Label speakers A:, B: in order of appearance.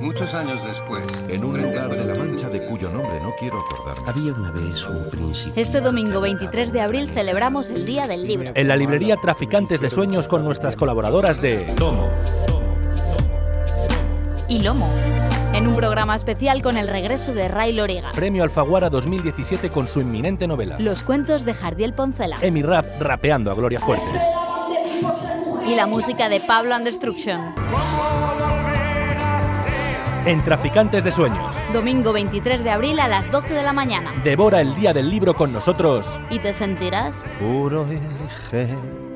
A: Muchos años después,
B: En un lugar de la Mancha de cuyo nombre no quiero acordarme.
C: Había una vez un príncipe.
D: Este domingo 23 de abril celebramos el Día del Libro.
E: En la librería Traficantes de Sueños con nuestras colaboradoras de...
B: Tomo.
D: Y Lomo. En un programa especial con el regreso de Ray Loriga.
E: Premio Alfaguara 2017 con su inminente novela.
D: Los cuentos de Jardiel Poncela.
E: Emi Rap rapeando a Gloria Fuertes.
D: Y la música de Pablo and Destruction.
E: En Traficantes de Sueños.
D: Domingo 23 de abril a las 12 de la mañana.
E: Devora el día del libro con nosotros.
D: ¿Y te sentirás?
C: Puro y ligero.